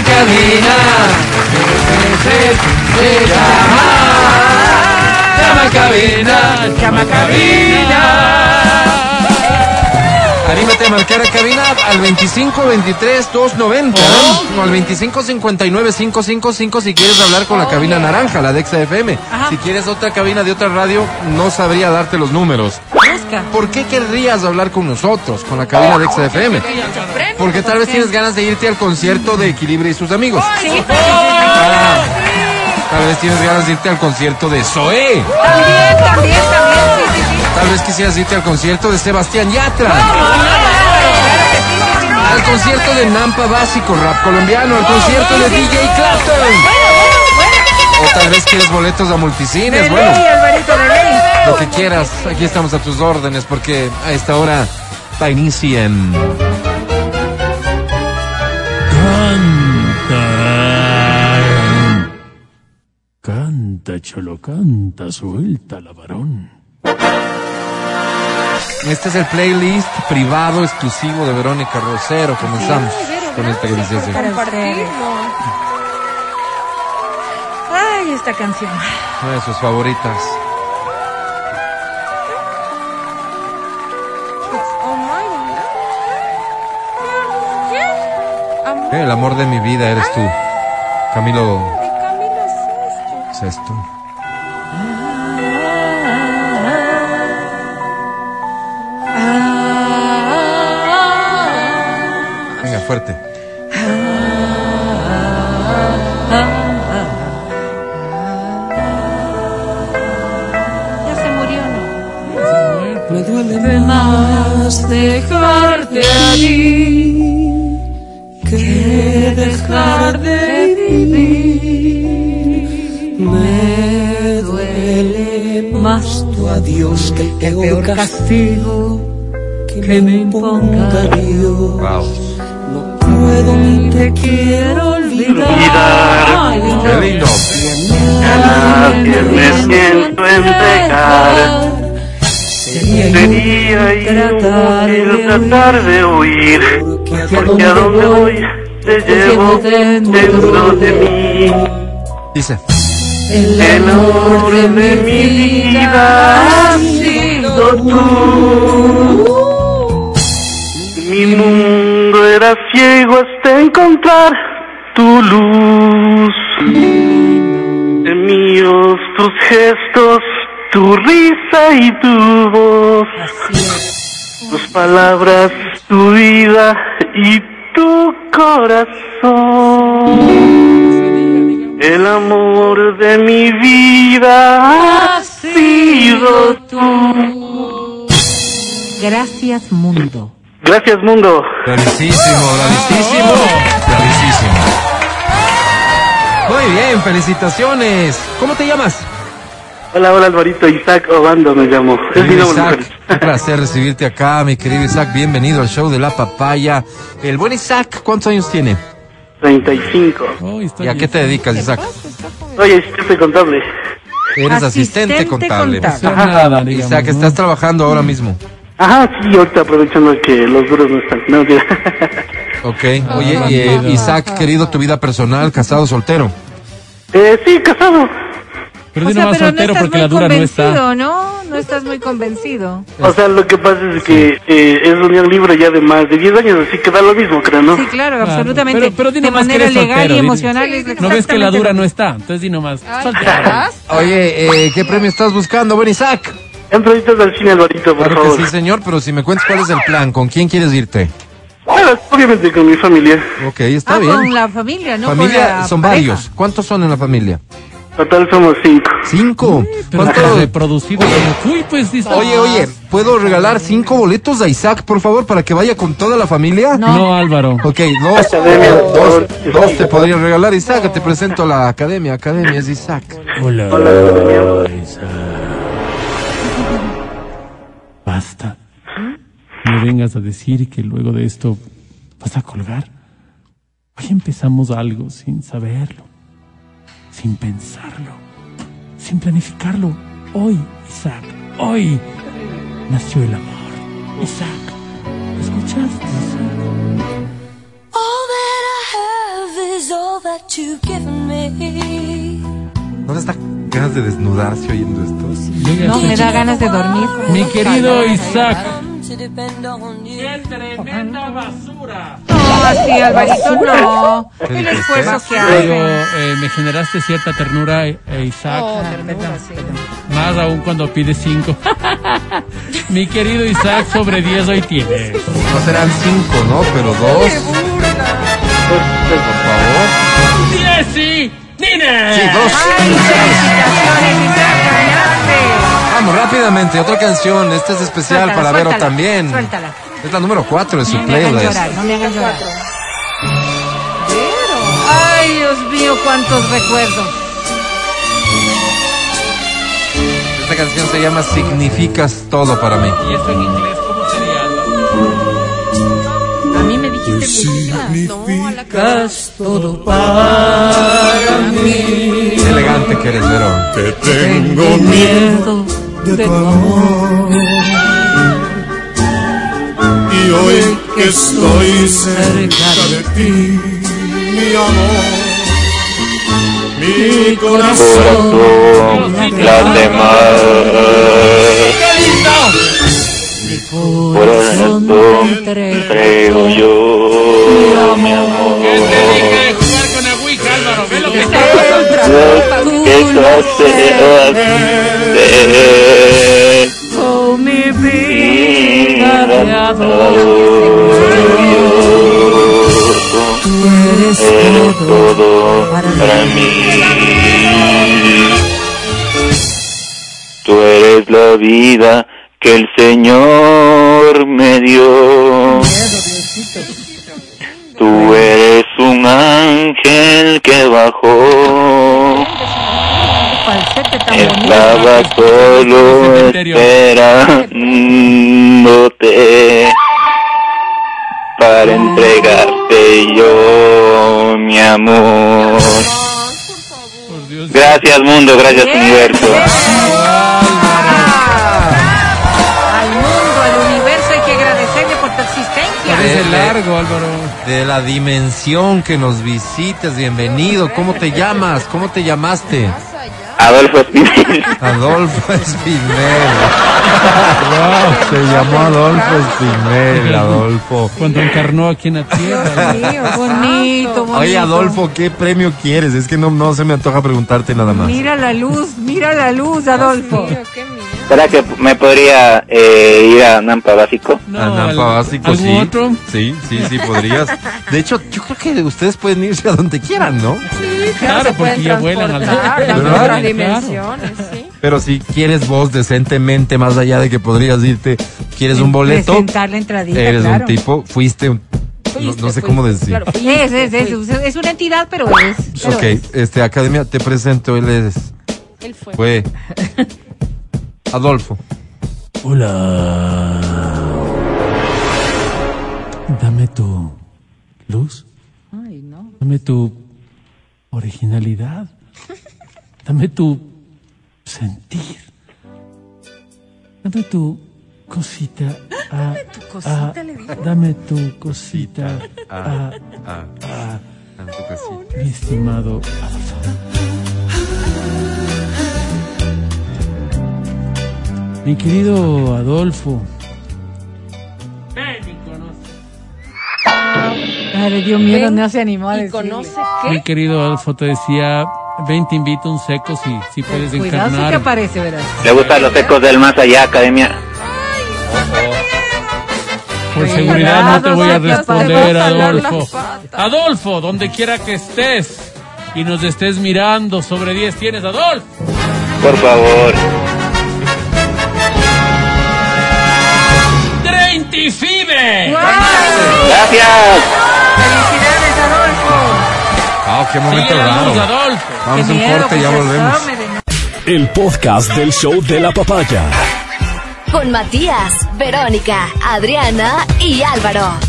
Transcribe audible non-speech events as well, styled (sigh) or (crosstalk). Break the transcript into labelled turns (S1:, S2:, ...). S1: cabina. Se llama. Llama a cabina. Llama a cabina. Anímate a marcar a cabina al 25 23 290 o al 25 59 555 si quieres hablar con la cabina naranja, la de Exa FM. Si quieres otra cabina de otra radio, no sabría darte los números.
S2: Busca.
S1: ¿Por qué querrías hablar con nosotros, con la cabina de Exa FM?
S2: Premio,
S1: Porque tal vez tienes ganas de irte al concierto de Equilibrio y sus amigos.
S2: Sí.
S1: Ah, Tal vez tienes ganas de irte al concierto de Zoé.
S2: También, también, también. Sí, sí, sí.
S1: Tal vez quisieras irte al concierto de Sebastián Yatra. Al concierto de Nampa Básico, rap colombiano, al concierto de DJ Clapton. O tal vez quieres boletos a multicines, bueno,
S2: Alvarito, de ley.
S1: lo que quieras. Aquí estamos a tus órdenes porque a esta hora da inicio en
S3: Canta. eh. Canta, cholo, canta, suelta la varón.
S1: Este es el playlist privado exclusivo de Verónica Rosero. Comenzamos con esta
S2: Para
S1: deliciosa.
S2: ustedes. Ay, esta canción.
S1: Una de sus favoritas. Eh, El amor de mi vida eres tú. Camilo Sexto. Venga, fuerte.
S2: Ya se murió, ¿no?
S4: Me duele más dejarte allí que dejar de vivir. Me duele más tu adiós que el peor castigo que me imponga Dios.
S1: Wow.
S4: No puedo ni te quiero olvidar.
S1: Qué lindo.
S5: Cada viernes siento entregar.
S4: Sería
S5: Sería
S4: inútil tratar
S5: inútil
S4: de
S5: tratar de huir, porque a donde voy te llevo dentro de mí.
S1: Dice.
S4: El
S5: El
S4: amor de mi vida ha sido
S5: sido tú. Mi mundo era ciego hasta encontrar tu luz. De míos tus gestos, tu risa y tu voz. Tus palabras, tu vida y tu corazón. El amor de mi vida ha sido tú.
S2: Gracias, mundo.
S5: Gracias, mundo.
S1: Felicísimo,
S2: Ah,
S1: felicísimo,
S2: oh.
S1: felicísimo. Muy bien, felicitaciones. ¿Cómo te llamas?
S5: Hola, hola, Alvarito. Isaac Obando me llamo. Es mi
S1: Querido
S5: nombre.
S1: Isaac,
S5: mujer.
S1: un placer recibirte acá, mi querido Isaac. Bienvenido al show de la papaya. El buen Isaac, ¿cuántos años tiene?
S5: 35.
S3: Oh, está
S1: ¿Y a qué
S3: bien.
S1: te dedicas, Isaac?
S5: Soy asistente contable.
S1: Eres asistente,
S2: Asistente
S1: contable.
S2: contable. Mm.
S3: Hacer nada, digamos,
S1: Isaac,
S3: ¿no?
S1: estás trabajando ahora mismo.
S5: Ajá, sí, ahorita aprovechando que los duros no están. No, mentira. (laughs)
S1: Ok.
S2: Ah,
S1: Oye, y, eh, Isaac, querido, tu vida personal, casado, soltero.
S5: eh, sí, casado.
S3: Pero
S2: O
S3: di
S2: sea, pero no
S3: nomás soltero
S2: estás
S3: porque la
S2: muy
S3: dura no está.
S2: convencido, ¿no? No estás muy convencido.
S5: O sea, lo que pasa es que eh, es unión libre ya de más de 10 años, así que da lo mismo, creo, ¿no?
S2: Sí, claro,
S3: Claro,
S2: absolutamente.
S3: Pero, pero di
S2: de
S3: nomás que
S2: manera
S3: eres
S2: legal
S3: soltero,
S2: y
S3: di-
S2: emocional. es
S3: No ves que la
S2: exactamente
S3: dura
S2: lo-
S3: no está, entonces di nomás.
S1: Oye, eh, ¿qué premio estás buscando, buen Isaac?
S5: Entro ahorita al cine, Alvarito, por
S1: Claro
S5: favor.
S1: que sí, señor, pero si me cuentas cuál es el plan, ¿con quién quieres irte?
S5: Bueno, obviamente con mi familia.
S1: Ok, está
S2: Ah, con
S1: bien.
S2: la familia, ¿no? con
S1: familia
S2: la
S1: son
S2: pareja.
S1: varios. ¿Cuántos son en la familia?
S5: Total somos cinco.
S1: Cinco.
S3: Pero
S1: ¿Cuánto-
S3: está reproducido. como- Uy, pues dice.
S1: Oye, oye, ¿puedo regalar cinco boletos a Isaac, por favor, para que vaya con toda la familia?
S2: No.
S3: No, Álvaro.
S1: Ok, dos,
S5: Academia, por favor.
S1: dos, dos te podría regalar, Isaac. Te presento a la academia, academia es Isaac.
S3: Hola.
S5: Hola, Alvarito.
S3: Basta. No vengas a decir que luego de esto vas a colgar. Hoy empezamos algo sin saberlo, sin pensarlo, sin planificarlo. Hoy, Isaac, hoy nació el amor. Isaac, ¿escuchaste? Isaac?
S6: All that I have is all
S1: ¿No está ganas de desnudarse oyendo esto?
S2: No, me da ganas de dormir.
S3: Mi querido Isaac,
S2: No, así, Alvarito, no.
S1: Qué
S2: El esfuerzo que
S3: pero
S2: hace.
S3: eh, me generaste cierta ternura, eh, eh, Isaac.
S2: Sí.
S3: Más aún cuando pides cinco. (laughs) Mi querido Isaac, sobre diez hoy tienes.
S1: No serán cinco, ¿no? Pero dos. Pues, Por favor.
S3: ¡Diez sí! ¡Nine!
S1: Sí, dos.
S2: Felicitaciones, Isaac Hernández.
S1: Vamos rápidamente, otra canción. Esta es especial
S2: Suéltala,
S1: para Vero
S2: suéltala,
S1: también.
S2: suéltala.
S1: Es la número cuatro de su
S2: No me hagan
S1: playlist.
S2: llorar, no me hagan llorar. Ay, Dios mío, cuántos recuerdos.
S1: Esta canción se llama Significas todo para mí.
S3: ¿Y esto en inglés cómo
S2: A
S3: sería?
S2: mí me dijiste muchísimas. No, a la cara.
S1: Qué elegante que eres, Vero.
S4: Tengo miedo de tu amor. Y hoy que estoy cerca de ti, mi amor, mi corazón
S7: Corazón late más. Por eso
S2: Entre-
S7: creo yo, mi amor.
S3: Deja de jugar con la Ouija, Álvaro. Ve lo que está
S7: ¿Qué clase de mi vida de Eres todo para mí. Tú eres la vida que el Señor me dio. Tú eres un ángel que bajó.
S2: falsete tan bonito.
S7: Estaba solo
S3: Cementerio.
S7: esperándote para entregarte yo mi amor. Gracias mundo, gracias universo.
S2: Al mundo, al universo hay que agradecerle por tu existencia.
S1: Desde
S3: largo, Álvaro.
S1: De la dimensión que nos visitas, bienvenido. ¿Cómo te llamas? ¿Cómo te llamaste?
S7: Adolfo (laughs) Espinel.
S1: Adolfo Espinel. Wow, se llamó Adolfo Espinel, Adolfo.
S3: (laughs) Cuando encarnó aquí en la tierra.
S2: Bonito, bonito.
S1: Oye, Adolfo, ¿qué premio quieres? Es que no, no se me antoja preguntarte nada más.
S2: Mira la luz, mira la luz, Adolfo.
S7: ¿Será que me podría eh, ir a Nampa básico?
S3: No,
S1: Anapa
S3: al-
S1: básico,
S3: ¿algún
S1: sí.
S3: otro?
S1: Sí, sí, sí, podrías. De hecho, yo creo que ustedes pueden irse a donde quieran, ¿no?
S3: Claro, porque ya vuelan al
S1: ¿Verdad?
S3: Claro.
S1: Pero si quieres vos decentemente, más allá de que podrías irte, quieres un boleto,
S2: Presentar la entradita,
S1: eres
S2: claro.
S1: un tipo, fuiste, un- no, no sé cómo decir.
S2: Es, es, es, es una entidad, pero es. pero
S1: Ok,
S2: es.
S1: este, Academia, te presento, él es... fue. Adolfo.
S3: Hola. Dame tu luz. Dame tu originalidad. Dame tu sentir. Dame tu cosita. (laughs) dame tu cosita, Dame tu cosita. ah, mi estimado Adolfo. Mi querido Adolfo.
S2: Ay, le dio miedo, no se animó a decirle.
S3: Mi querido Adolfo te decía, ven te invito a un seco si, si puedes
S2: Cuidado si
S3: encarnar.
S2: te aparece, verás.
S7: ¿Le gustan los ecos del más allá, academia?
S3: Por seguridad no te voy a
S2: Cuidado, se te
S3: responder,
S2: va a jalar
S3: Adolfo. Adolfo, donde quiera que estés y nos estés mirando, sobre 10 tienes, Adolfo.
S7: Por favor.
S3: 35.
S7: Gracias.
S2: ¡Felicidades, Adolfo!
S1: Ah, qué momento
S3: Sigue la
S1: raro.
S3: luz, Adolfo.
S1: Vamos a
S2: Qué
S1: un
S2: miedo,
S1: corte, ya
S2: José
S1: volvemos.
S2: Sómede, no.
S8: El podcast del show de la papaya.
S9: Con Matías, Verónica, Adriana y Álvaro.